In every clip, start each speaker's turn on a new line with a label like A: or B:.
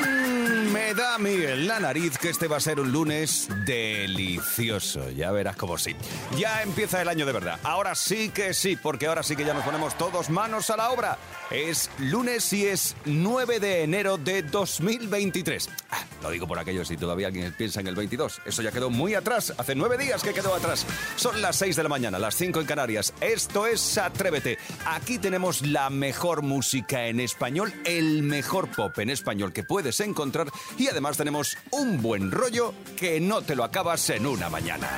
A: Mm, Me da a mí en la nariz que este va a ser un lunes delicioso. Ya verás como sí. Ya empieza el año de verdad. Ahora sí que sí, porque ahora sí que ya nos ponemos todos manos a la obra. Es lunes y es 9 de enero de 2023. Ah, Lo digo por aquello si todavía alguien piensa en el 22. Eso ya quedó muy atrás. Hace nueve días que quedó atrás. Son las 6 de la mañana, las 5 en Canarias. Esto es Atrévete. Aquí tenemos la mejor música en español, el mejor pop en español que puedes encontrar y además tenemos un buen rollo que no te lo acabas en una mañana.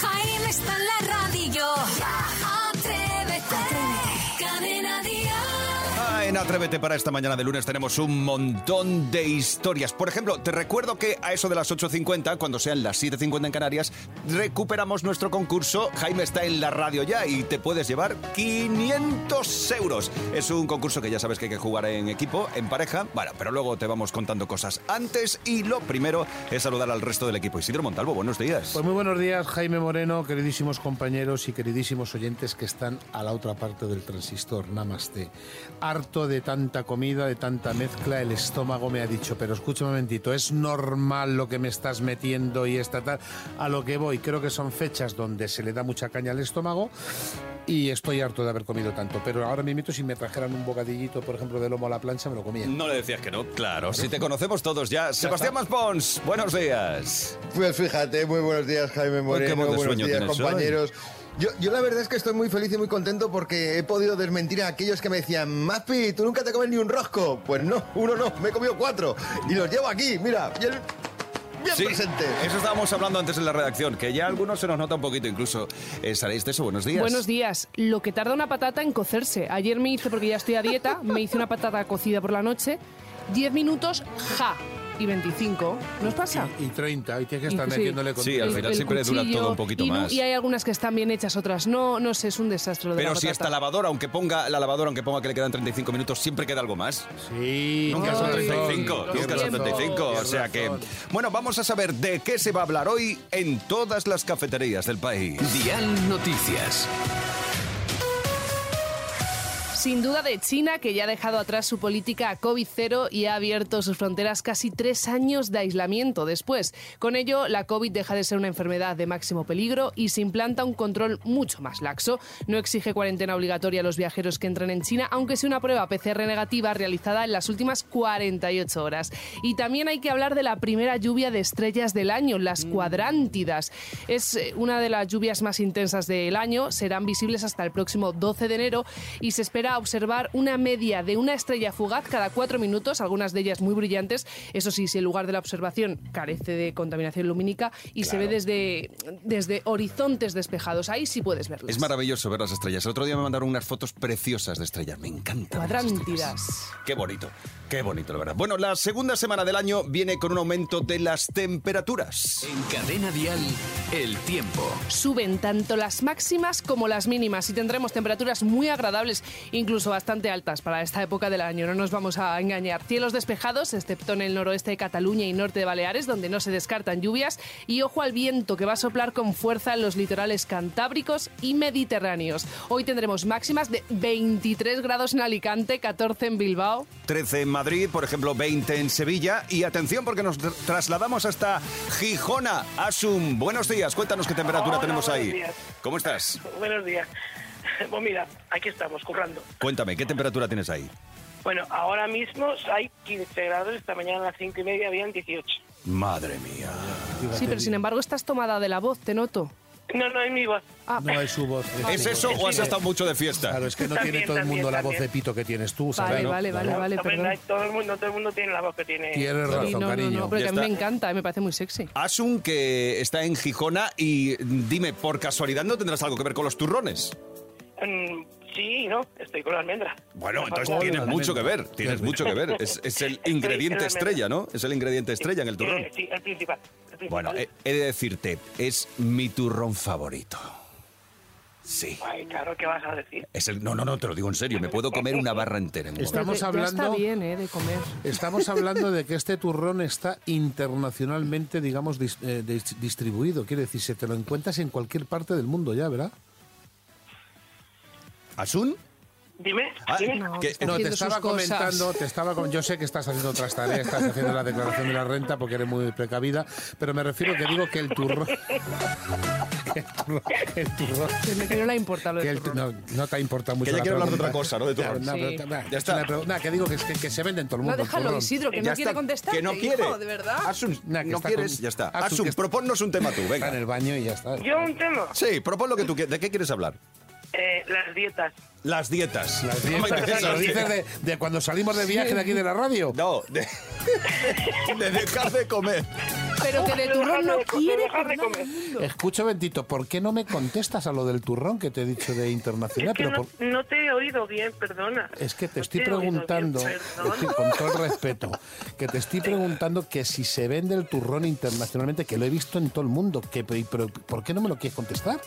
B: Jaime está en la radio. Atrévete. Cadena Dial.
A: Ah, en Atrévete para esta mañana de lunes tenemos un montón de historias. Por ejemplo, te recuerdo que a eso de las 8.50, cuando sean las 7.50 en Canarias, recuperamos nuestro concurso. Jaime está en la radio ya y te puedes llevar 500 euros. Es un concurso que ya sabes que hay que jugar en equipo, en pareja. Bueno, pero luego te vamos contando cosas antes y lo primero es saludar al resto del equipo. Isidro Montalvo, buenos días.
C: Pues muy buenos días, Jaime Moreno, queridísimos compañeros y queridísimos oyentes que están a la otra parte del transistor. Namaste. Harto de tanta comida, de tanta mezcla, el estómago me ha dicho, pero escucha un momentito, es normal lo que me estás metiendo y esta tal. A lo que voy, creo que son fechas donde se le da mucha caña al estómago y estoy harto de haber comido tanto. Pero ahora me invito, si me trajeran un bocadillito, por ejemplo, de lomo a la plancha, me lo comía.
A: No le decías que no, claro. Si te conocemos todos ya. Sebastián Maspons, buenos días.
D: Pues fíjate, muy buenos días Jaime
A: qué
D: Moreno,
A: voz de
D: buenos
A: sueño
D: días
A: tienes
D: compañeros. Yo, yo la verdad es que estoy muy feliz y muy contento porque he podido desmentir a aquellos que me decían, Mapi, tú nunca te comes ni un rosco. Pues no, uno no, me he comido cuatro y los llevo aquí, mira, bien, bien
A: Sí,
D: presentes.
A: Eso estábamos hablando antes en la redacción, que ya a algunos se nos nota un poquito incluso. Eh, ¿Sabéis de eso? Buenos días.
E: Buenos días. Lo que tarda una patata en cocerse. Ayer me hice, porque ya estoy a dieta, me hice una patata cocida por la noche. 10 minutos, ja. Y 25. ¿No os pasa?
C: Y 30, y tienes que estar
E: Sí.
C: metiéndole con
A: Sí, al final siempre dura
E: cuchillo,
A: todo un poquito
E: y no-
A: más.
E: Y hay algunas que están bien hechas, otras no. No sé, es un desastre. lo de
A: Pero
E: la
A: si
E: patata.
A: esta lavadora, aunque ponga la lavadora, aunque ponga que le quedan 35 minutos, siempre queda algo más.
C: Sí,
A: Nunca
C: tienes
A: son
C: razón,
A: 35,
C: tienes
A: nunca son
C: razón,
A: 35. O
C: tienes
A: sea que,
C: razón.
A: bueno, vamos a saber de qué se va a hablar hoy en todas las cafeterías del país.
F: Dial Noticias.
E: Sin duda de China, que ya ha dejado atrás su política COVID-0 y ha abierto sus fronteras casi tres años de aislamiento después. Con ello, la COVID deja de ser una enfermedad de máximo peligro y se implanta un control mucho más laxo. No exige cuarentena obligatoria a los viajeros que entren en China, aunque sea una prueba PCR negativa realizada en las últimas 48 horas. Y también hay que hablar de la primera lluvia de estrellas del año, las cuadrántidas. Es eh, una de las lluvias más intensas del año, serán visibles hasta el próximo 12 de enero y se espera observar una media de una estrella fugaz cada cuatro minutos, algunas de ellas muy brillantes. Eso sí, si el lugar de la observación carece de contaminación lumínica y se ve desde, desde horizontes despejados, ahí sí puedes verlas.
A: Es maravilloso ver las estrellas. El otro día me mandaron unas fotos preciosas de estrellas. Me encanta.
E: Cuadrántidas.
A: Qué bonito, qué bonito, la verdad. Bueno, la segunda semana del año viene con un aumento de las temperaturas.
F: En Cadena Dial, el tiempo.
E: Suben tanto las máximas como las mínimas y tendremos temperaturas muy agradables, incluso bastante altas para esta época del año, no nos vamos a engañar. Cielos despejados, excepto en el noroeste de Cataluña y norte de Baleares, donde no se descartan lluvias, y ojo al viento que va a soplar con fuerza en los litorales cantábricos y mediterráneos. Hoy tendremos máximas de 23 grados en Alicante, 14 en Bilbao,
A: 13 en Madrid, por ejemplo, 20 en Sevilla. Y atención porque nos tr- trasladamos hasta Gijona. Asun, buenos días. Cuéntanos qué temperatura
G: Hola,
A: tenemos
G: buenos
A: ahí.
G: días.
A: ¿Cómo estás?
G: Buenos días. Pues mira, aquí estamos, currando.
A: Cuéntame, ¿qué temperatura tienes ahí?
G: Bueno, ahora mismo hay 15 grados, esta mañana a las 5 y media habían 18.
A: Madre mía.
E: sí, pero sin embargo estás tomada de la voz, te noto.
G: No, no es mi voz.
E: Ah,
C: No es su voz.
A: ¿Es
C: su voz.
A: eso o has estado mucho de fiesta?
C: Claro, es que no
G: También,
C: tiene todo el mundo
G: también,
C: la voz de
G: también.
C: pito que tienes tú,
E: vale,
C: ¿sabes? Claro,
E: vale, vale,
C: claro.
E: vale,
G: Hombre,
E: perdón.
G: no hay- todo, el mundo, todo el mundo tiene la voz que tiene.
C: Tienes
E: Sí,
C: razón,
E: no, no,
C: cariño.
E: no, pero
A: Ya
E: que a mí me
A: está.
E: encanta, me parece muy sexy.
A: Asun, que está en Gijona, y dime, por casualidad no tendrás algo que ver con los turrones.
G: Mm, sí, no, estoy con la almendra.
A: Bueno,
G: Me
A: entonces
G: falta-
A: tienes
C: Hola,
A: mucho que ver,
C: almendra.
A: tienes
C: Qué
A: mucho que ver. Es, es el
G: Ah, Estoy
A: ingrediente
G: en la
A: estrella, ¿no? Es el ingrediente estrella en el turrón.
G: Eh, Sí, el principal. el principal.
A: Bueno, eh. he, he de decirte, es mi turrón favorito. Sí.
G: Ay, claro, ¿qué vas a decir?
A: Es el, no, no, no, te lo digo en serio, me puedo comer una barra entera. en un
C: Está-
A: momento.
E: Pero
C: Estamos
E: que ya
C: hablando-
E: está bien, ¿eh? De comer.
C: Estamos hablando de que este turrón está internacionalmente, digamos, dis- eh, dis- distribuido. Quiere decir, se te lo encuentras en cualquier parte del mundo ya, ¿verdad?
A: ¿Asun?
G: Dime,
A: Ah,
G: dime.
E: No,
A: que-
E: está
C: No, te
E: haciendo sus
C: estaba
E: cosas.
C: comentando, te estaba com- yo sé que estás haciendo otras tareas, estás haciendo la declaración de la renta porque eres muy precavida, pero me refiero que digo que el turrón... el turrón- el turrón-
E: Que me- que no le importa lo
C: que
E: de
C: el tu- no, no te importa mucho
A: Que ya
C: la
A: quiero hablar de
C: pregunta.
A: otra cosa, ¿no? De
C: Claro,
A: turrón.
C: no,
E: Sí.
C: pero- nah,
A: Ya
C: es
A: está.
C: una pregunta- nah, que digo que, es que- que se vende en todo el
E: No,
C: mundo. el
E: déjalo,
C: turrón.
E: Isidro, que
A: Ya
E: no quiere
A: está,
E: contestar.
A: Que no quiere.
E: Hijo, de verdad.
A: Asun,
C: Nah, que
A: no
C: está
A: quieres,
C: con-
A: ya está.
C: Asun,
A: Asun,
C: que-
A: proponnos un tema tú,
C: Está en
A: venga.
C: el baño y ya está.
G: Yo un tema,
A: Sí, propon lo que tú quieras. ¿De qué quieres hablar?
G: eh, las dietas.
A: Las dietas.
C: Las
A: No me
C: dietas,
A: interesa
C: lo
A: las
C: dices de, de cuando salimos de viaje de aquí de la radio.
A: No, de, de dejar de comer.
E: Pero que de turrón no
G: Dejar de-
E: quiere
G: dejar de
E: por nada
G: comer.
E: del mundo.
C: Escucha, Bentito, ¿por qué no me contestas a lo del turrón que te he dicho de internacional?
G: Es que
C: Pero
G: no,
C: por-
G: no te he oído bien, perdona.
C: Es que te
G: No
C: estoy
G: he oído bien,
C: preguntando,
G: perdona.
C: es que con todo el respeto, que te estoy preguntando que si se vende el turrón internacionalmente, que lo he visto en todo el mundo, que, pero- pero ¿por qué no me lo quieres contestar?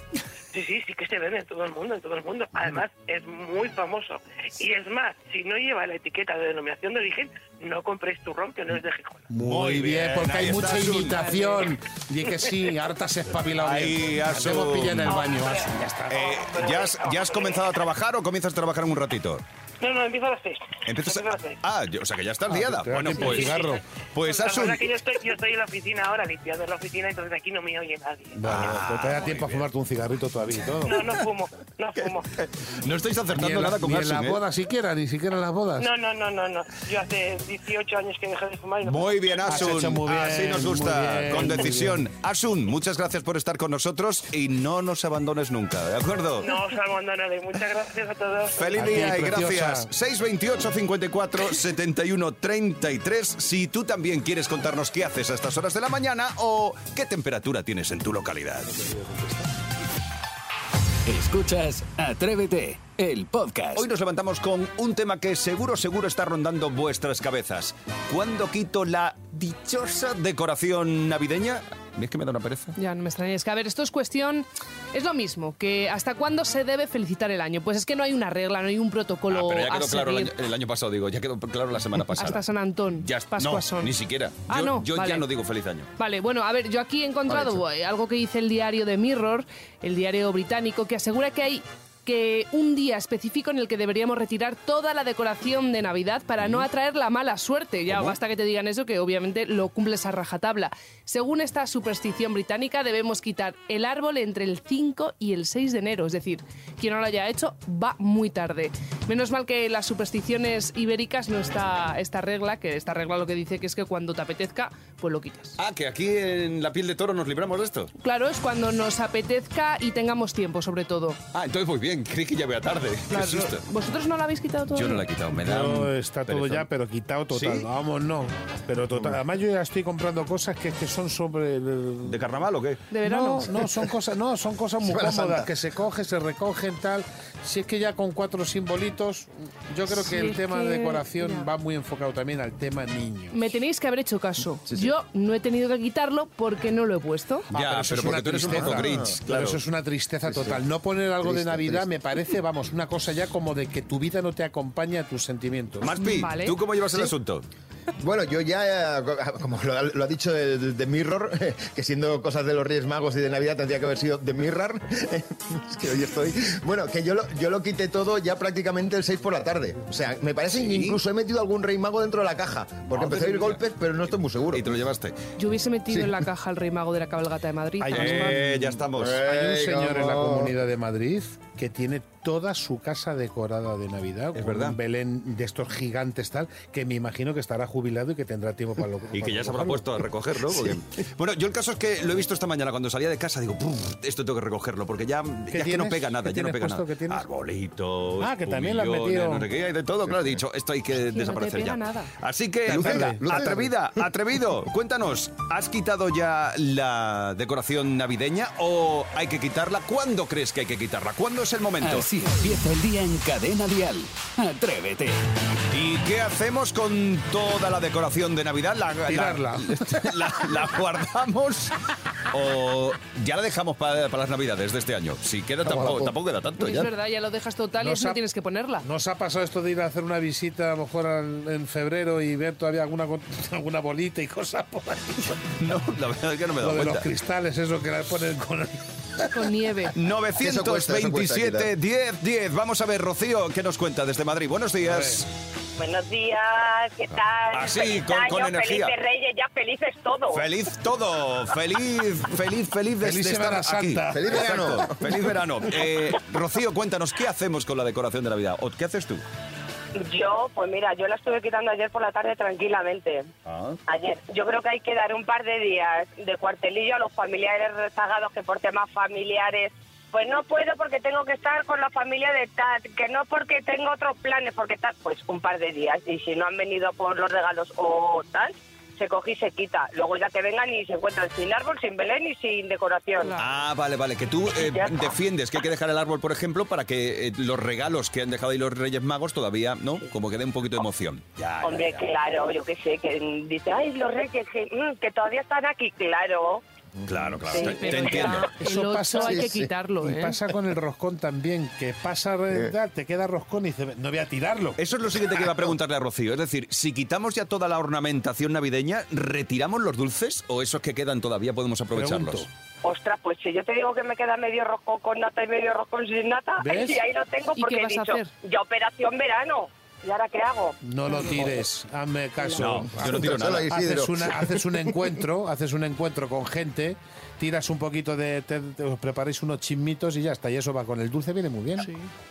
G: Sí, sí, sí que se vende en todo el mundo, en todo el mundo. Además, es muy famoso. Y es más, si no lleva la etiqueta de denominación de origen, no compréis turrón que no es de Gijón.
A: Muy bien,
C: porque
A: ahí
C: hay
A: está,
C: mucha
A: Asun.
C: imitación. Y que sí, harta se espabilado
A: Ahí,
C: bien. Te
A: Asun.
C: hemos pillado en el baño, Asun, ya está.
A: Eh, ¿ya, has, ya has comenzado a trabajar o comienzas a trabajar en un ratito?
G: No, no, empieza a las seis.
A: Empiezas
G: Empieza
A: a...
G: las seis.
A: Ah, yo- o sea que ya estás
C: Ah,
A: liada.
C: te da
A: Bueno,
C: tiempo de
A: pues...
C: cigarro.
A: Pues
G: La verdad
A: Asun...
G: que yo estoy, yo estoy en la oficina ahora limpiando la oficina, entonces aquí no me oye nadie.
C: Vale, pues te da tiempo a fumarte un cigarrito todavía y todo.
G: No, no fumo, no fumo.
A: No estáis
C: Ni
A: acertando
C: en, la-
A: nada con
C: ni en las
A: Asun, ¿eh?
C: bodas siquiera, ni siquiera en las bodas.
G: No, no, no, no, no. Yo hace 18 años que dejé de fumar y no
A: Muy bien,
C: Has hecho
A: Asun.
C: muy bien,
A: Así nos
C: muy
A: gusta,
C: bien,
A: con
C: muy
A: decisión. Asun, muchas gracias por estar con nosotros y no nos abandones nunca, ¿de acuerdo?
G: No os abandonaré. Muchas gracias a todos.
A: Feliz
C: A ti,
A: día y
C: preciosa.
A: gracias. 628 54 71 33. Si tú también quieres contarnos qué haces a estas horas de la mañana o qué temperatura tienes en tu localidad.
F: Escuchas Atrévete, el podcast.
A: Hoy nos levantamos con un tema que seguro, seguro está rondando vuestras cabezas. ¿Cuándo quito la dichosa decoración navideña? ¿Ves que me da una pereza?
E: Ya, no me extrañes. Que, a ver, esto es cuestión... Es lo mismo, que hasta cuándo se debe felicitar el año. Pues es que no hay una regla, no hay un protocolo
A: Ah,
E: a seguir.
A: pasado, digo, ya quedó claro la semana
E: Hasta San Antón,
A: Ya está.
E: Pascua
A: No,
E: son.
A: ni siquiera.
E: Ah,
A: yo
E: no,
A: yo ya
E: vale.
A: no digo feliz año.
E: Vale, bueno, a ver, yo aquí he encontrado
A: Vale,
E: eh, algo que dice el diario de Mirror, el diario británico, que asegura que hay que un día específico en el que deberíamos retirar toda la decoración de Navidad para no atraer la mala suerte. Ya basta que te digan eso, que obviamente lo cumples a rajatabla. Según esta superstición británica, debemos quitar el árbol entre el 5 y el 6 de enero. Es decir, quien no lo haya hecho va muy tarde. Menos mal que en las supersticiones ibéricas no está esta regla, que esta regla lo que dice que es que cuando te apetezca, pues lo quitas.
A: Ah, que aquí en la piel de toro nos libramos de esto.
E: Claro, es cuando nos apetezca y tengamos tiempo, sobre todo.
A: Ah, entonces muy bien, creí que ya vea tarde.
E: Claro. ¿Vosotros no la habéis quitado todo?
A: Yo no la he quitado, me da.
C: No,
A: un
C: está todo
A: perezón.
C: ya, pero quitado total.
A: ¿Sí?
C: Vamos, no. Pero total. Además, yo ya estoy comprando cosas que, que son sobre. el-
A: ¿De carnaval o qué?
E: ¿De verano?
C: No, no, son cosas, no, son cosas muy
D: Semana
C: cómodas,
D: Santa.
C: que se cogen, se recogen, tal. Si es que ya con cuatro simbolitos, yo creo
E: Sí,
C: que el
E: es
C: tema de
E: que-
C: decoración
E: mira.
C: va muy enfocado también al tema niño.
E: Me tenéis que haber hecho caso. Yo no he tenido que quitarlo porque no lo he puesto.
A: Ya, pero porque tú eres un poco Grinch, claro.
C: Claro, eso es una tristeza total. No poner algo de
D: Triste,
C: Navidad
D: triste.
C: me parece, vamos, una cosa ya como de que tu vida no te acompaña a tus sentimientos.
A: Maspi,
E: Vale.
A: ¿tú cómo llevas el asunto?
D: Bueno, yo ya, eh, como lo, ha- lo ha dicho el de Mirror, que siendo cosas de los Reyes Magos y de Navidad tendría que haber sido de Mirror, es que hoy estoy... Bueno, que yo lo, yo lo quité todo ya prácticamente el 6 por la tarde. O sea, me parece que incluso he metido algún Rey Mago dentro de la caja,
A: Madre
D: porque empecé a oír
A: mía.
D: golpes, pero no estoy muy seguro.
A: Y te lo llevaste.
E: Yo hubiese metido
D: Sí.
E: en la caja al rey mago de la cabalgata de Madrid.
C: Ay,
E: a las
C: eh.
A: ya estamos.
C: Hay un
D: Ey,
C: señor en la
D: cómo.
C: comunidad de Madrid que tiene toda su casa decorada de Navidad, con
A: verdad.
C: un Belén de estos gigantes tal, que me imagino que estará jubilado y que tendrá tiempo para lo
A: Y que
C: para
A: ya se habrá
C: colocarlo.
A: puesto a recoger, ¿no? Porque- Bueno, yo el caso es que lo he visto esta mañana cuando salía de casa, digo, "Buf, esto tengo que recogerlo, porque ya, ya es que no
C: tienes?
A: pega nada,
C: ¿Qué
A: ya no
C: tienes
A: pega
C: puesto?
A: nada.
C: ¿Qué tienes?
A: Arbolitos,
C: Ah, que también lo has
A: pumillones,
C: metido.
A: no sé qué, hay de todo, claro, he dicho, esto hay que
E: no te
A: desaparecer
E: pega
A: ya.
E: nada.
A: Así que,
D: Luz
A: venga,
D: verde, luz verde.
A: atrevida, atrevido, cuéntanos, ¿has quitado ya la decoración navideña o hay que quitarla? ¿Cuándo crees que hay que quitarla? ¿Cuándo es el momento?
F: Así empieza el día en Cadena Dial. Atrévete.
A: ¿Y qué hacemos con toda la decoración de Navidad? La, la-
C: Tirarla.
A: La, la guardamos o ya la dejamos para, para las Navidades de este año. Si queda tampoco, tampoco queda tanto
E: Es
A: ya.
E: verdad, ya lo dejas total y
C: Nos
E: eso no
C: ha-
E: tienes que ponerla.
C: ¿Nos ha pasado esto de ir a hacer una visita a lo mejor al- en febrero y ver todavía alguna, con- alguna bolita y cosas por ahí?
A: No, la verdad es que no me he
C: Lo
A: dado
C: de los
A: cuenta.
C: cristales, eso que la ponen con...
E: con nieve.
D: Eso cuesta, eso cuesta
A: 927 10 10. Vamos a ver, Rocío, ¿qué nos cuenta desde Madrid? Buenos días.
H: Buenos días, ¿qué tal?
A: Así,
H: Feliz
A: Ah, con-
H: año,
A: con energía.
H: Felices Reyes, ya felices todos.
A: Feliz todo, feliz, feliz, feliz de,
C: Feliz
A: de estar
C: Semana
A: aquí.
C: Santa.
D: Feliz verano.
A: Exacto, Feliz verano. Eh, Rocío, cuéntanos, ¿qué hacemos con la decoración de Navidad? ¿O qué haces tú?
H: Yo, pues mira, yo la estuve quitando ayer por la tarde tranquilamente.
A: Ah.
H: Ayer. Yo creo que hay que dar un par de días de cuartelillo a los familiares rezagados que por temas familiares. Pues no puedo porque tengo que estar con la familia de Tat, que no porque tengo otros planes, porque tal, pues un par de días. Y si no han venido por los regalos o tal, se coge y se quita. Luego ya que vengan y se encuentran sin árbol, sin Belén y sin decoración.
A: Ah, vale, vale, que tú eh,
H: Ya está.
A: defiendes que hay que dejar el árbol, por ejemplo, para que eh, los regalos que han dejado ahí los Reyes Magos todavía, ¿no? Como que dé un poquito de emoción. Ya, ya,
H: Hombre,
A: ya.
H: claro, yo qué sé, que mm, dice, ay, los reyes, que, mm, que todavía están aquí, claro.
A: Claro, claro,
H: Sí,
A: te, te
E: Pero ya
A: entiendo.
E: El 8 hay
C: sí,
E: que
C: sí.
E: quitarlo,
C: Y
E: ¿eh?
C: pasa con el roscón también, que pasa,
A: Eh.
C: ¿verdad? te queda roscón y dices, no voy a tirarlo.
A: Eso es lo siguiente que iba a preguntarle a Rocío. Es decir, si quitamos ya toda la ornamentación navideña, ¿retiramos los dulces o esos que quedan todavía podemos aprovecharlos?
C: Pregunto.
H: Ostras, pues si yo te digo que me queda medio roscón con nata y medio roscón sin nata,
C: ¿Ves?
H: y ahí lo tengo
E: ¿Y
H: porque
E: qué
H: he
E: vas a
H: dicho,
E: hacer? Mm.
H: ya operación verano, ¿y ahora qué hago?
C: No lo tires, hazme caso.
A: No, yo no tiro
D: Solo
A: nada.
D: Isidro.
C: haces, una- haces un encuentro, haces un encuentro con gente, tiras un poquito de, te- te- os preparáis unos chismitos y ya está. Y eso va con el dulce, viene muy bien.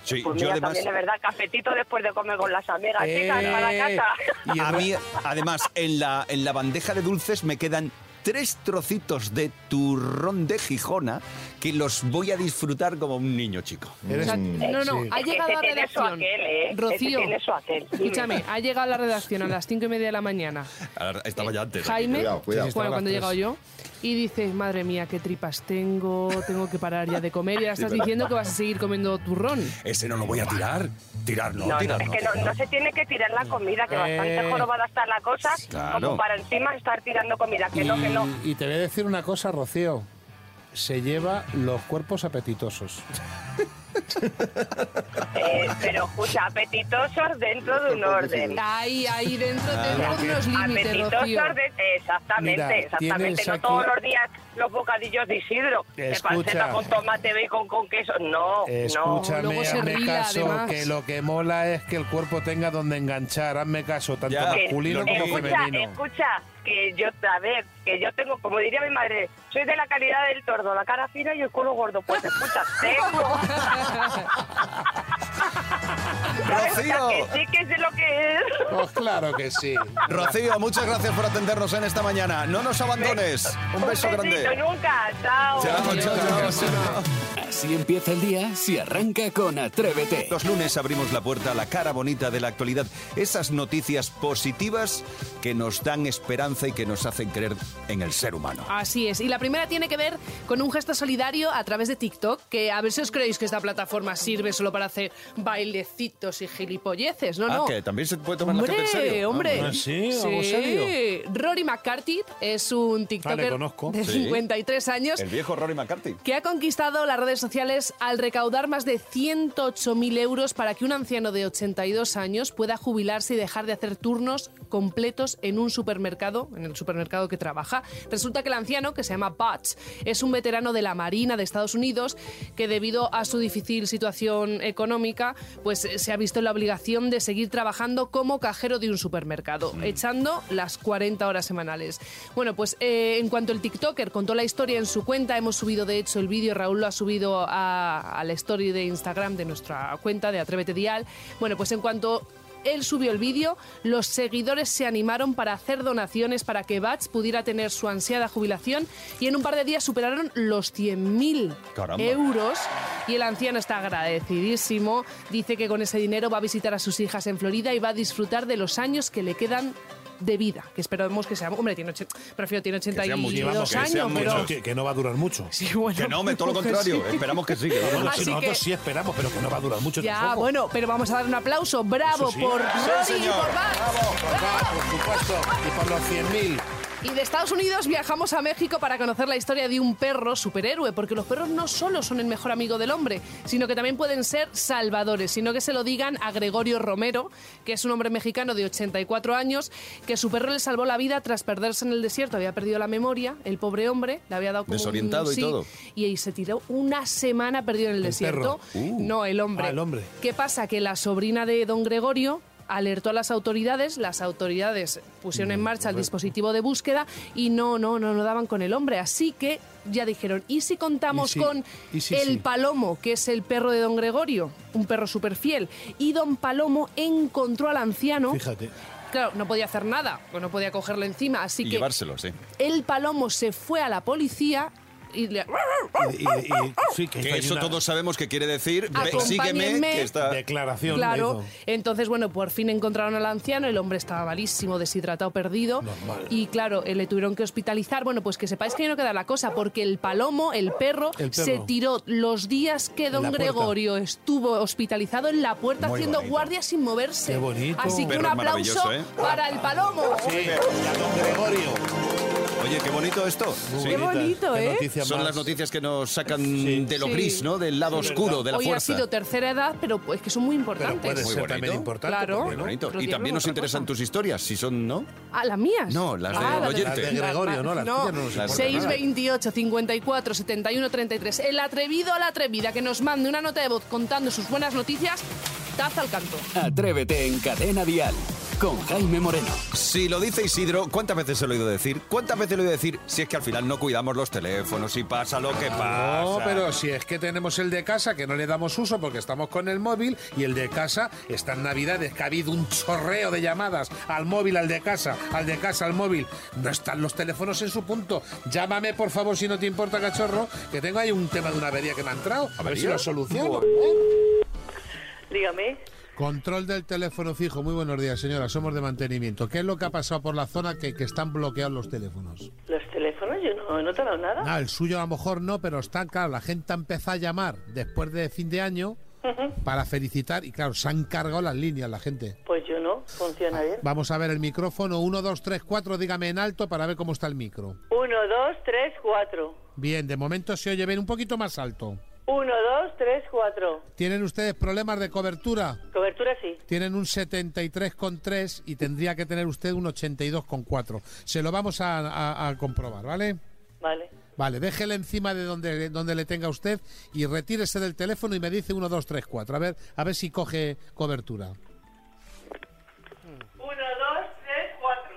A: Sí,
H: Pues
A: yo
H: mira,
A: además...
H: también de verdad, cafetito después de comer con las amigas,
C: Eh,
H: chicas, Ah, para casa.
C: y
A: A
C: el-
A: mí, además, en la, en la bandeja de dulces me quedan tres trocitos de turrón de Gijona que los voy a disfrutar como un niño chico.
C: eres-
E: O sea, no, no,
C: sí.
E: ha
H: Es que
E: llegado
H: ese
E: a
H: tiene su
E: redacción.
H: aquel, ¿eh? Ese
E: Rocío,
H: tiene su aquel. Dime.
E: escúchame, ha llegado a la redacción a las cinco y media de la mañana.
A: Ahora, Estaba ya antes.
E: Jaime,
D: Cuidado, cuidado.
C: Sí, estaba
E: bueno,
C: a las
E: cuando he llegado
C: tres.
E: yo, y dices, madre mía, qué tripas tengo, tengo que parar ya de comer, y ahora estás diciendo que vas a seguir comiendo turrón.
A: Ese no lo voy a tirar. Tirar no,
H: No, no,
A: tirar
H: es
A: no.
H: que no, no se tiene que tirar la comida, que bastante
C: Eh.
H: jorobada está la cosa,
A: Claro.
H: como para encima estar tirando comida, que no, que no.
C: Y, y te voy a decir una cosa, Rocío. Se lleva los cuerpos apetitosos.
H: Eh, pero escucha, apetitosos dentro de un orden.
E: Ahí, ahí dentro
A: Ah.
E: tengo unos límites, Rocío.
H: Apetitosos de... Exactamente,
C: Mira,
H: exactamente.
C: tienes
H: No
C: aquí-
H: todos los días los bocadillos de Isidro. De
C: Escucha.
H: panceta con tomate, bacon con queso. Oh, No,
C: Escúchame,
E: luego se
C: hazme
E: rila,
C: caso,
E: además.
C: que lo que mola es que el cuerpo tenga donde enganchar. Hazme caso, tanto
A: Ya,
H: no. Que-
C: masculino
A: lo
C: como
A: que-
H: escucha,
C: femenino.
H: escucha, que yo, a ver, que yo tengo, como diría mi madre, soy de la calidad del tordo, la cara fina y el culo gordo. Pues escucha, tengo. ¿Sabes? O sea,
A: Rocío.
H: Que sí que sé lo que es.
C: Pues claro que sí.
A: Rocío, muchas gracias por atendernos en esta mañana. No nos abandones. Un beso
H: besito,
A: grande.
H: nunca, chao.
A: Chao, chao, chao.
F: Así empieza el día si arranca con Atrévete.
A: Los lunes abrimos la puerta a la cara bonita de la actualidad, esas noticias positivas que nos dan esperanza y que nos hacen creer en el ser humano.
E: Así es. Y la primera tiene que ver con un gesto solidario a través de TikTok, que a ver si os creéis que esta plataforma sirve solo para hacer bailecitos y gilipolleces. No,
A: Ah,
E: no.
A: que también se puede tomar
E: Hombre,
A: la gente en serio.
E: hombre.
C: Ah, ¿sí? ¿Algo serio? Ah,
E: Rory McCarthy es un TikToker
C: conozco.
E: de
A: Sí.
E: 53 años
A: El viejo Rory McCarthy.
E: que ha conquistado las redes sociales al recaudar más de 108.000 euros para que un anciano de 82 años pueda jubilarse y dejar de hacer turnos completos en un supermercado, en el supermercado que trabaja. Resulta que el anciano, que se llama Butch, es un veterano de la Marina de Estados Unidos que debido a su difícil situación económica, pues eh, se ha visto en la obligación de seguir trabajando como cajero de un supermercado, echando las 40 horas semanales. Bueno, pues eh, en cuanto el TikToker contó la historia en su cuenta, hemos subido de hecho el vídeo, Raúl lo ha subido a, a la story de Instagram de nuestra cuenta de Atrévete Dial. Bueno, pues en cuanto él subió el vídeo, los seguidores se animaron para hacer donaciones para que Bats pudiera tener su ansiada jubilación y en un par de días superaron los 100.000
A: Caramba.
E: euros y el anciano está agradecidísimo, dice que con ese dinero va a visitar a sus hijas en Florida y va a disfrutar de los años que le quedan de vida, que esperamos que sea, hombre, tiene, ocho- prefiero tiene
A: sean muchos,
E: 82
A: vamos, que
E: años,
A: sean
E: pero
A: muchos.
C: Que, que no va a durar mucho.
E: sí, bueno,
A: Que no, hombre, todo lo
E: pues
A: contrario.
E: sí.
A: Esperamos que sí. que
C: Bueno,
A: no.
E: Así
C: si nosotros
E: que-
C: sí esperamos, pero que no va a durar mucho
E: Ya,
C: tampoco.
E: bueno, pero vamos a dar un aplauso. Bravo
C: Eso sí.
E: por
C: Sí,
E: Rory y
A: señor.
E: por Bats.
C: Bravo, por supuesto. Y por los 100.000.
E: Y de Estados Unidos viajamos a México para conocer la historia de un perro superhéroe, porque los perros no solo son el mejor amigo del hombre, sino que también pueden ser salvadores, sino que se lo digan a Gregorio Romero, que es un hombre mexicano de 84 años, que su perro le salvó la vida tras perderse en el desierto, había perdido la memoria, el pobre hombre, le había dado como un-
A: Desorientado y
E: sí,
A: todo.
E: Y ahí se tiró una semana perdido en el,
C: El
E: desierto.
C: perro.
A: Uh.
E: No, el hombre.
C: Ah, el hombre.
E: ¿Qué pasa? Que la sobrina de don Gregorio alertó a las autoridades, las autoridades pusieron
C: Mm,
E: en marcha el dispositivo de búsqueda y no, no, no, no daban con el hombre. Así que ya dijeron, ¿y si contamos
C: Y sí,
E: con
C: y sí,
E: el
C: sí.
E: Palomo, que es el perro de don Gregorio? Un perro súper fiel. Y don Palomo encontró al anciano.
C: Fíjate.
E: Claro, no podía hacer nada, pues no podía cogerlo encima, así
A: Y
E: que
A: llevárselo, sí.
E: el Palomo se fue a la policía y le...
C: Y- y- y- sí, que
A: Que
C: hay
A: eso
C: una
A: todos sabemos que quiere decir, ve,
E: Acompáñenme.
A: sígueme, que está...
C: Declaración.
E: Claro,
C: le hizo.
E: entonces bueno, por fin encontraron al anciano, el hombre estaba malísimo, deshidratado, perdido
C: Normal.
E: y claro, eh, le tuvieron que hospitalizar. Bueno, pues que sepáis que ahí no queda la cosa porque el palomo, el perro,
C: El perro.
E: se tiró los días que
C: la
E: don
C: puerta.
E: Gregorio estuvo hospitalizado en la puerta
A: Muy
E: haciendo
A: bonito.
E: guardia sin moverse.
C: Qué bonito.
E: Así que
A: Perro
E: un
A: es
E: aplauso
A: maravilloso, ¿eh?
E: para el palomo.
C: Sí, y a don Gregorio.
A: Oye, qué bonito esto. Sí.
E: Qué bonito, ¿eh?
A: Son las noticias que nos sacan
C: Sí.
A: de lo
E: Sí.
A: gris, ¿no? Del lado
C: Sí,
A: oscuro,
C: verdad.
A: de la
E: Hoy
A: fuerza.
E: ha sido tercera edad, pero pues que son muy
C: Pero
E: importantes.
C: puede
A: Muy
C: ser también
A: bonito.
C: importante.
E: Claro.
C: ¿por qué
A: Muy
C: no?
A: bonito.
E: Otro
A: Y
E: día
A: también
E: hablamos
A: nos
E: de otra
A: interesan
E: cosa.
A: tus historias, si son, ¿no?
E: Ah, las mías.
A: No, las de
E: la
A: oyente.
C: Las de Gregorio, ¿no? Las tuyas no nos
A: importa
E: 628 54 71 33. El atrevido a la atrevida que nos mande una nota de voz contando sus buenas noticias, taza al canto.
F: Atrévete en Cadena Dial con Jaime Moreno.
A: Si lo dice Isidro, ¿cuántas veces se lo he oído decir? ¿Cuántas veces lo he oído decir? Si es que al final no cuidamos los teléfonos y pasa lo que pasa.
C: No, pero si es que tenemos el de casa que no le damos uso porque estamos con el móvil y el de casa está en Navidades, que ha habido un chorreo de llamadas al móvil, al de casa, al de casa, al móvil. No están los teléfonos en su punto. Llámame, por favor, si no te importa, cachorro, que tengo ahí un tema de una avería que me ha entrado. A ver si lo soluciono. ¿eh?
I: Dígame.
C: Control del teléfono fijo. Muy buenos días, señora. Somos de mantenimiento. ¿Qué es lo que ha pasado por la zona que, que están bloqueados los teléfonos?
I: ¿Los teléfonos? Yo no, no te he dado nada.
C: Ah, el suyo a lo mejor no, pero están, claro, la gente ha empezado a llamar después de fin de año para felicitar y claro, se han cargado las líneas la gente.
I: Pues yo no, funciona bien.
C: Vamos a ver el micrófono, 1, 2, 3, 4, dígame en alto para ver cómo está el micro.
I: Uno, dos, tres, cuatro.
C: Bien, de momento se oye bien, un poquito más alto.
I: Uno, dos, tres, cuatro.
C: ¿Tienen ustedes problemas de cobertura?
I: Cobertura sí.
C: Tienen un 73,3 y tendría que tener usted un 82,4. Se lo vamos a, a- a comprobar, ¿vale?
I: Vale.
C: Vale, déjele encima de donde, donde le tenga usted y retírese del teléfono y me dice 1, 2, 3, 4. A ver, a ver si coge cobertura.
I: Uno, dos, tres, cuatro.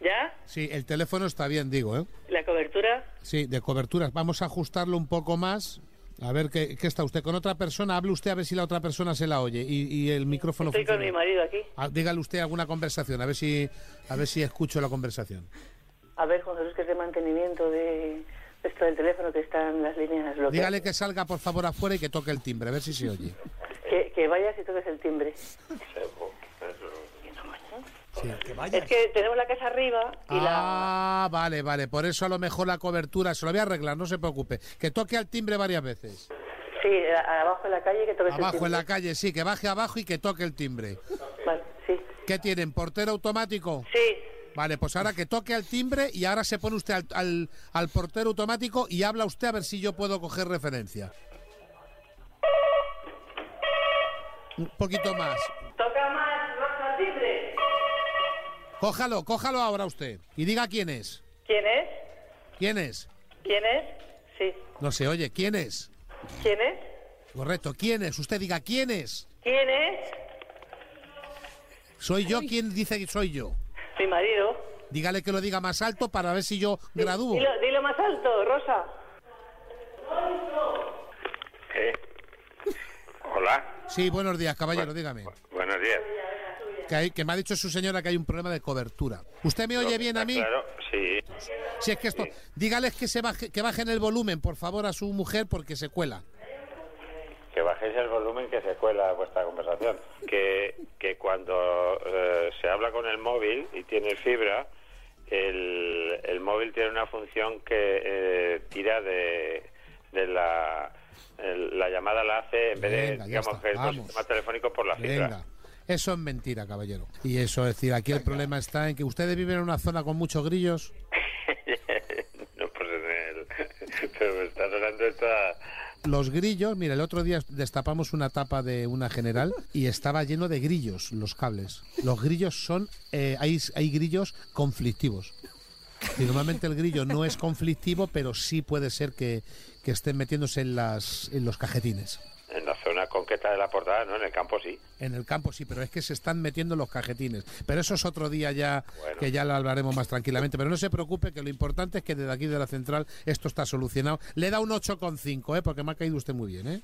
I: ¿Ya?
C: Sí, el teléfono está bien, digo, ¿eh?
I: ¿La cobertura?
C: Sí, de coberturas. Vamos a ajustarlo un poco más. A ver, ¿qué, qué está usted? ¿Con otra persona? Hable usted a ver si la otra persona se la oye y, y el micrófono
I: Estoy con
C: funciona.
I: mi marido aquí.
C: Ah, Dígale usted alguna conversación, a ver si, a ver si escucho la conversación.
I: A ver, José Luis, que es de mantenimiento de de esto del teléfono que están las líneas bloqueadas.
C: Dígale que salga, por favor, afuera y que toque el timbre, a ver si se oye.
I: Que, que vayas y toques el timbre.
C: Sí.
I: Es que tenemos la casa arriba y
C: Ah, vale, vale. Por eso a lo mejor la cobertura se lo voy a arreglar, no se preocupe. Que toque al timbre varias veces.
I: la... Sí, a- abajo en la calle que toques
C: Abajo en
I: Pues el
C: la
I: timbre.
C: calle, sí, que baje abajo y que toque el timbre.
I: Vale, sí.
C: ¿Qué tienen? ¿Portero automático?
I: Sí,
C: Vale, pues ahora que toque al timbre y ahora se pone usted al, al- al portero automático y habla usted a ver si yo puedo coger referencia. Un poquito más.
I: Toca más, más al timbre.
C: Cójalo, cójalo ahora usted. Y diga quién es.
I: ¿Quién es?
C: ¿Quién es?
I: ¿Quién es? Sí.
C: No se oye, ¿quién es?
I: ¿Quién es?
C: Correcto, ¿quién es? Usted diga quién es.
I: ¿Quién es?
C: Soy yo quien dice que soy yo.
I: Mi marido.
C: Dígale que lo diga más alto para ver si yo
I: Di-
C: gradúo.
I: Dilo, dilo más alto, Rosa.
J: ¿Eh? Hola,
C: Sí, buenos días, caballero, dígame.
J: buenos días.
C: Que, hay- que me ha dicho su señora que hay un problema de cobertura. ¿Usted me oye bien a mí?
J: Claro, sí.
C: Si es que esto, dígales que se baje, que bajen el volumen, por favor, a su mujer porque se cuela.
J: Que bajéis el volumen que se cuela vuestra conversación. Que, que cuando eh, se habla con el móvil y tiene fibra, el, el móvil tiene una función que eh, tira de, de la... el- la llamada la hace en vez de,
C: Venga, ya
J: digamos,
C: está,
J: que el
C: vamos.
J: sistema telefónico por la fibra.
C: Venga. Eso es mentira, caballero. Y eso, es decir, aquí el problema está en que ustedes viven en una zona con muchos grillos.
J: no, pues en el... Pero me estás hablando esta...
C: Los grillos, mira, el otro día destapamos una tapa de una general y estaba lleno de grillos los cables. Los grillos son, eh, hay, hay grillos conflictivos. Y normalmente el grillo no es conflictivo, pero sí puede ser que, que estén metiéndose en, las, en los cajetines.
J: En la zona concreta de la portada, ¿no? En el campo sí.
C: En el campo sí, pero es que se están metiendo en los cajetines. Pero eso es otro día ya que ya lo hablaremos más tranquilamente. Pero no se preocupe, que lo importante es que desde aquí de la central esto está solucionado. Le da un 8,5, ¿eh? porque me ha caído usted muy bien. ¿eh?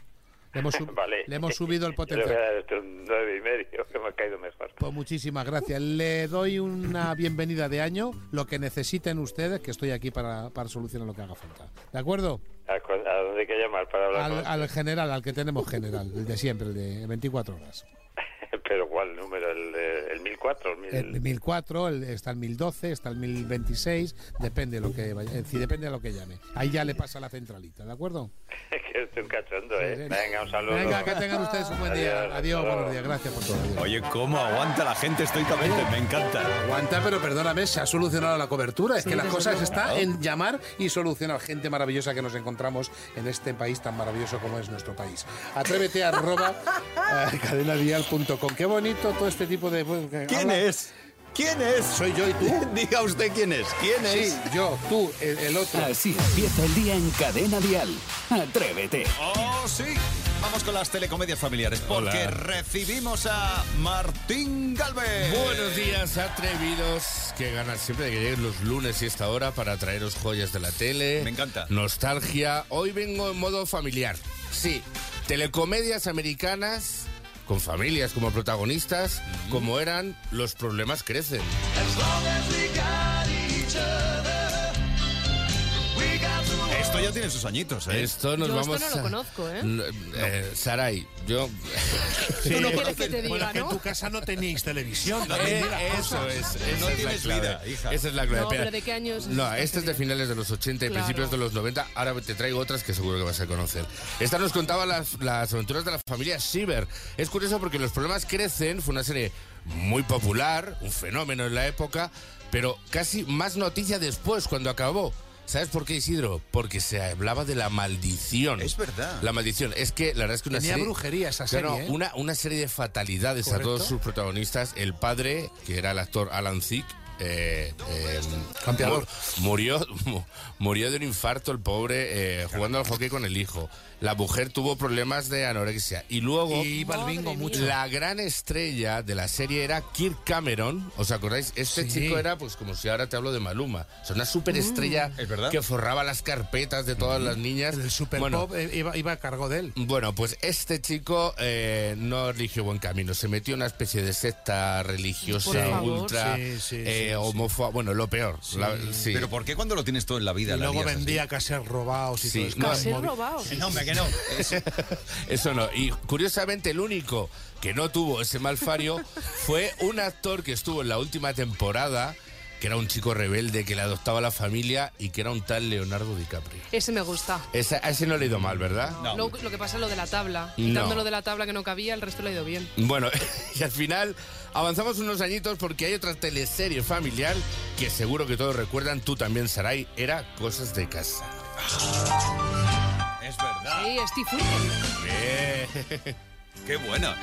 C: Le, hemos sub-
J: Vale.
C: le hemos subido el potencial.
J: Yo le voy a dar este un nueve y medio, que me ha caído mejor.
C: Pues muchísimas gracias. Le doy una bienvenida de año, lo que necesiten ustedes, que estoy aquí para, para solucionar lo que haga falta. ¿De acuerdo?
J: ¿A, cu- a dónde hay que llamar para hablar
C: Al,
J: con
C: al general, al que tenemos general, el de siempre, el de 24 horas.
J: Pero ¿cuál número? ¿El, de- el 1004? El, mil-
C: El 1004, el- está el 1012, está el 1026, depende de lo que vaya- en fin, depende de lo que llame. Ahí ya le pasa la centralita, ¿de acuerdo?
J: que estoy un cachondo, ¿eh? Venga, un saludo.
C: Venga, que tengan ustedes un buen día.
J: Adiós,
C: Adiós,
J: hasta
C: buenos
J: luego.
C: días, gracias por todo.
A: Oye, ¿cómo aguanta la gente estoicamente? Me encanta.
C: Aguanta, pero perdóname, se ha solucionado la cobertura. Es que las cosas está en llamar y solucionar gente maravillosa que nos encontramos en este país tan maravilloso como es nuestro país. Atrévete a arroba eh, cadenadial.com. Qué bonito todo este tipo de...
A: ¿Quién es? ¿Quién es?
C: Soy yo y tú.
A: Diga usted quién es. ¿Quién es?
C: Sí, yo, tú, el, el otro.
F: Así empieza el día en Cadena Dial. Atrévete.
A: Oh, sí. Vamos con las telecomedias familiares, porque recibimos a Martín Galvez.
K: Buenos días, atrevidos. Qué ganas siempre de que lleguen los lunes y esta hora para traeros joyas de la tele.
A: Me encanta.
K: Nostalgia. Hoy vengo en modo familiar. Sí, telecomedias americanas con familias como protagonistas, como eran Los problemas crecen.
A: Esto ya tiene sus añitos, ¿eh?
K: Esto nos
E: Yo esto
K: vamos
E: no lo
K: a-
E: conozco, ¿eh?
K: No, eh, Sarai, yo...
E: Tú no quieres que te diga, ¿no?
C: casa no tenéis televisión.
K: Eh, eso es, esa
A: No
K: es la
A: tienes
K: clave.
A: vida, hija.
K: Esa es la clave.
E: No, pero
K: Espera.
E: ¿de qué años es
K: No,
E: esta
K: esta es de
E: serie?
K: finales de los 80 y
E: Claro.
K: principios de los 90. Ahora te traigo otras que seguro que vas a conocer. Esta nos contaba las, las aventuras de la familia Siever. Es curioso porque Los Problemas Crecen fue una serie muy popular, un fenómeno en la época, pero casi más noticia después, cuando acabó. ¿Sabes por qué, Isidro? Porque se hablaba de la maldición.
A: Es verdad.
K: La maldición. Es que la verdad es que una
C: Tenía
K: serie...
C: brujería esa
K: Claro,
C: serie, ¿eh?
K: una, una serie de fatalidades
C: Correcto.
K: a todos sus protagonistas. El padre, que era el actor Alan Thicke, eh, eh,
C: Campeador.
K: mu- murió, mu- murió de un infarto el pobre eh, jugando al hockey con el hijo. La mujer tuvo problemas de anorexia. Y luego...
C: Y iba al bingo mucho.
K: La gran estrella de la serie era Kirk Cameron. ¿Os acordáis? Este
C: Sí.
K: chico era, pues, como si ahora te hablo de Maluma. O sea, una superestrella
C: Mm.
A: Es verdad.
K: que forraba las carpetas de todas las niñas.
C: El super
K: Bueno,
C: pop eh, iba, iba a cargo de él.
K: bueno, pues este chico eh, no eligió buen camino. Se metió en una especie de secta
E: Por
K: religiosa,
E: favor.
K: ultra,
C: Sí, sí, sí,
K: eh,
C: sí.
K: homofo- Bueno, lo peor. La- sí.
A: Pero ¿por qué cuando lo tienes todo en la vida?
C: Y
A: la
C: luego
A: lías así?
C: vendía caser robados y
K: Sí,
C: todo eso.
K: no,
C: Claro,
K: ser
C: móvil.
E: robados.
A: No, hombre, que no. Eso.
K: Eso no. Y curiosamente, el único que no tuvo ese malfario fue un actor que estuvo en la última temporada, que era un chico rebelde que le adoptaba a la familia y que era un tal Leonardo DiCaprio.
E: Ese me gusta.
K: Ese, a ese no le he ido mal, ¿verdad?
A: No.
E: Lo, lo que pasa es lo de la tabla.
K: No.
E: Quitando lo de la tabla que no cabía, el resto lo ha ido bien.
K: Bueno, y al final avanzamos unos añitos porque hay otra teleserie familiar que seguro que todos recuerdan, tú también, Sarai, era Cosas de Casa.
A: Es verdad.
E: Sí, Steve Urkel.
A: Qué buena.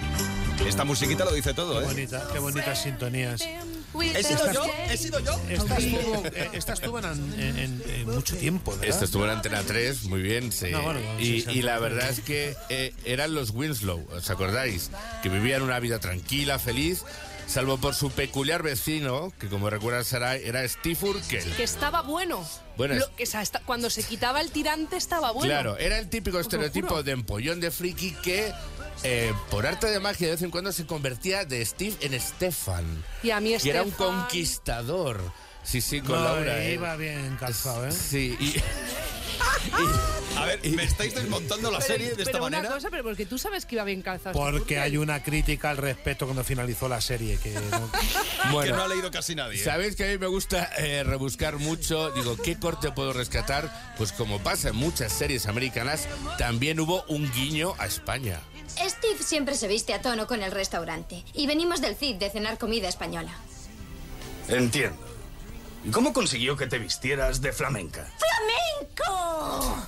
A: Esta musiquita lo dice todo,
C: Qué
A: ¿eh?
C: bonita, qué bonitas sintonías.
A: ¿He sido yo? ¿He sido yo?
C: Esta estuvo, eh, esta estuvo en, en- en- en mucho tiempo, ¿verdad?
K: Esta estuvo en Antena 3, muy bien, sí.
C: No, bueno, sí,
K: y,
C: sí.
K: y la verdad es que eh, eran los Winslow, ¿os acordáis? Que vivían una vida tranquila, feliz, salvo por su peculiar vecino, que como recuerdas, Sarai, era Steve Urkel.
E: Que estaba bueno.
K: Bueno,
E: Lo-
K: es-
E: que esa- esta- cuando se quitaba el tirante estaba bueno.
K: Claro, era el típico
C: pues
E: lo juro.
K: estereotipo de empollón de friki que, eh, por arte de magia, de vez en cuando se convertía de Steve en Stefan.
E: Y a mí
K: Que era un
E: Stefan-
K: conquistador. Sí, sí, con
C: No,
K: Laura.
C: eh,
K: ¿eh?
C: iba bien calzado, ¿eh?
K: Sí, y...
A: A ver, me estáis desmontando la
E: Pero-
A: serie de
E: pero
A: esta
E: una
A: manera.
E: cosa, pero porque tú sabes que iba bien calzado.
C: Porque hay una crítica al respecto cuando finalizó la serie. Que no-
A: Que no
K: bueno.
A: ha leído casi nadie.
K: Sabéis que a mí me gusta eh, rebuscar mucho. Digo, ¿qué corte puedo rescatar? Pues como pasa en muchas series americanas, también hubo un guiño a España.
B: Este
L: Steve siempre se viste a tono con el restaurante y venimos del CID de cenar comida española.
M: Entiendo. ¿Y cómo consiguió que te vistieras de flamenca?
L: ¡Flamenco!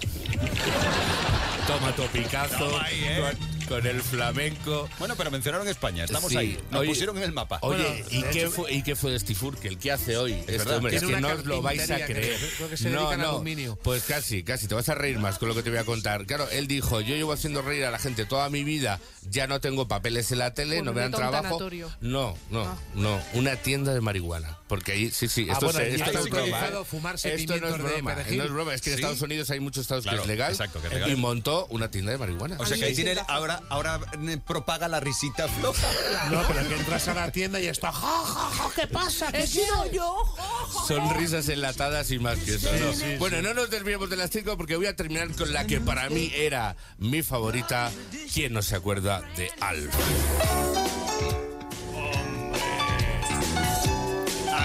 K: Toma tu Picazo con, con el flamenco.
A: Bueno, pero mencionaron España, estamos
K: Sí.
A: ahí. Nos
K: Oye,
A: pusieron en el mapa.
K: Oye,
A: Bueno,
K: ¿y,
A: de
K: qué
A: hecho,
K: fue, ¿y qué fue de Steve Urkel? ¿Qué hace hoy? Este
A: verdad.
K: hombre, es
A: Tiene
K: que
A: una
K: no os lo vais a
A: carpintería,
K: creer.
A: creo. Creo que se dedican a aluminio.
K: Pues casi, casi. Te vas a reír más con lo que te voy a contar. Claro, él dijo, yo llevo haciendo reír a la gente toda mi vida. Ya no tengo papeles en la tele, no me dan
E: Volvete a un
K: trabajo.
E: tanatorio.
K: No, no,
E: Ah.
K: no. Una tienda de marihuana. Porque ahí, sí, sí,
N: Ah,
K: esto,
N: bueno,
K: se-
N: y
K: esto
N: está
K: no es broma.
N: legalizado
K: ¿eh?
N: fumarse
K: Esto no es
N: pimientos de
K: broma.
N: perejil.
K: No es broma. Es que en
N: Sí.
K: Estados Unidos hay muchos estados
A: Claro,
K: que es legal.
A: exacto, que es legal.
K: Y montó una tienda de marihuana.
A: O sea que ahí tiene el- ahora, ahora eh, propaga la risita floja.
C: No, pero que entras a la tienda y está. ¡Ja, ja, ja! ¿Qué pasa? ¿Qué quiero yo?
K: Sonrisas enlatadas y más que eso. ¿no? bueno, no nos desviemos de las cinco porque voy a terminar con la que para mí era mi favorita. ¿Quién no se acuerda de Alf?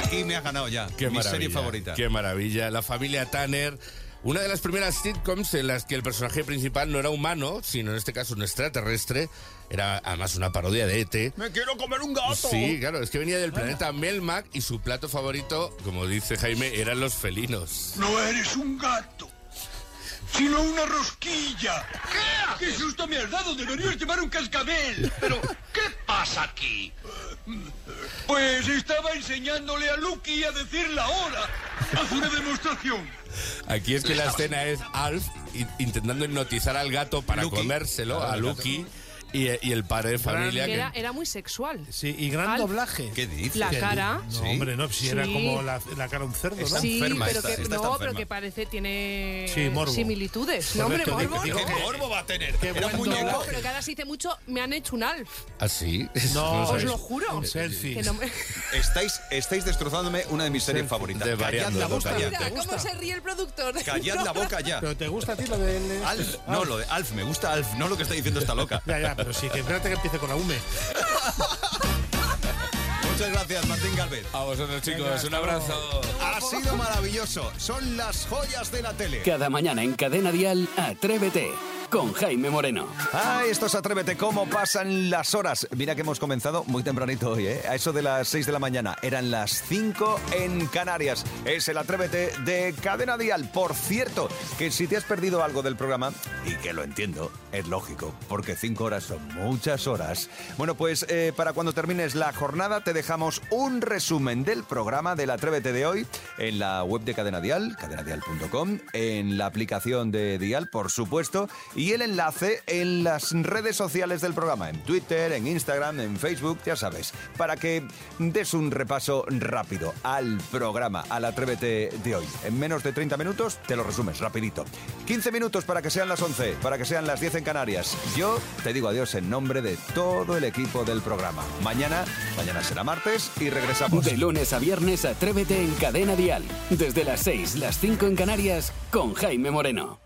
A: Aquí me has ganado ya.
K: Qué
A: mi
K: maravilla,
A: serie favorita.
K: Qué maravilla. La familia Tanner. Una de las primeras sitcoms en las que el personaje principal no era humano, sino en este caso un extraterrestre. Era además una parodia de ET.
A: ¡Me quiero comer un gato!
K: Sí, claro, es que venía del planeta Melmac y su plato favorito, como dice Jaime, eran los felinos.
M: No eres un gato, sino una rosquilla. ¿Qué? ¡Qué susto me has dado! Deberías llevar un cascabel. Pero, ¿qué pasa aquí? Pues estaba enseñándole a Lucky a decir la hora. Haz una demostración.
K: Aquí es que la escena es Alf i- intentando hipnotizar al gato para comérselo
A: Claro,
K: a
A: el gato.
K: Lucky y, y el padre de familia.
E: Que
K: Que,
E: era, era muy sexual.
C: Sí, y gran
E: Al-
C: doblaje.
A: ¿Qué dices?
E: La cara.
C: No, hombre, no, si era
E: Sí.
C: como la, la cara de un cerdo, ¿no?
E: sí, pero que, no, pero que parece tiene
C: Sí, morbo.
E: similitudes. No, hombre,
C: Correcto,
E: morbo.
C: digo,
E: no.
C: digo, ¿qué
A: morbo va a tener?
C: Qué
E: No,
C: buen doblaje.
E: pero que ahora se dice mucho, me han hecho un alf.
K: Así.
C: No,
K: lo
E: Os
K: sabéis.
E: lo juro.
C: Un selfie.
E: Que no me-
A: Estáis, estáis destrozándome una de mis series favoritas.
K: De
A: Callad
K: variando
A: la boca
K: totalmente.
A: ya.
E: Mira, ¿Cómo se ríe el productor? del
A: Callad la
E: programa.
A: boca ya.
C: Pero te gusta a ti lo del.
A: Alf, no, lo de Alf, me gusta Alf, no lo que está diciendo esta loca.
C: Ya, ya, pero sí, que espérate que empiece con la E. UME.
A: Muchas gracias, Martín Galvez.
K: A vosotros, chicos, un abrazo.
A: Ha sido maravilloso. Son las joyas de la tele.
F: Cada mañana en Cadena Dial, Atrévete con Jaime Moreno.
A: Ah, esto es Atrévete, cómo pasan las horas. Mira que hemos comenzado muy tempranito hoy, ¿eh? A eso de las 6 de la mañana. Eran las 5 en Canarias. Es el Atrévete de Cadena Dial. Por cierto, que si te has perdido algo del programa, y que lo entiendo, es lógico, porque 5 horas son muchas horas. Bueno, pues eh, para cuando termines la jornada te dejamos un resumen del programa del Atrévete de hoy en la web de Cadena Dial, cadenadial.com, en la aplicación de Dial, por supuesto, y el enlace en las redes sociales del programa, en Twitter, en Instagram, en Facebook, ya sabes, para que des un repaso rápido al programa, al Atrévete de hoy. En menos de 30 minutos te lo resumes rapidito. 15 minutos para que sean las 11, para que sean las 10 en Canarias. Yo te digo adiós en nombre de todo el equipo del programa. Mañana, mañana será martes y
C: Pues
A: regresamos.
F: De lunes a viernes, Atrévete en Cadena Dial. Desde las 6, las 5 en Canarias, con Jaime Moreno.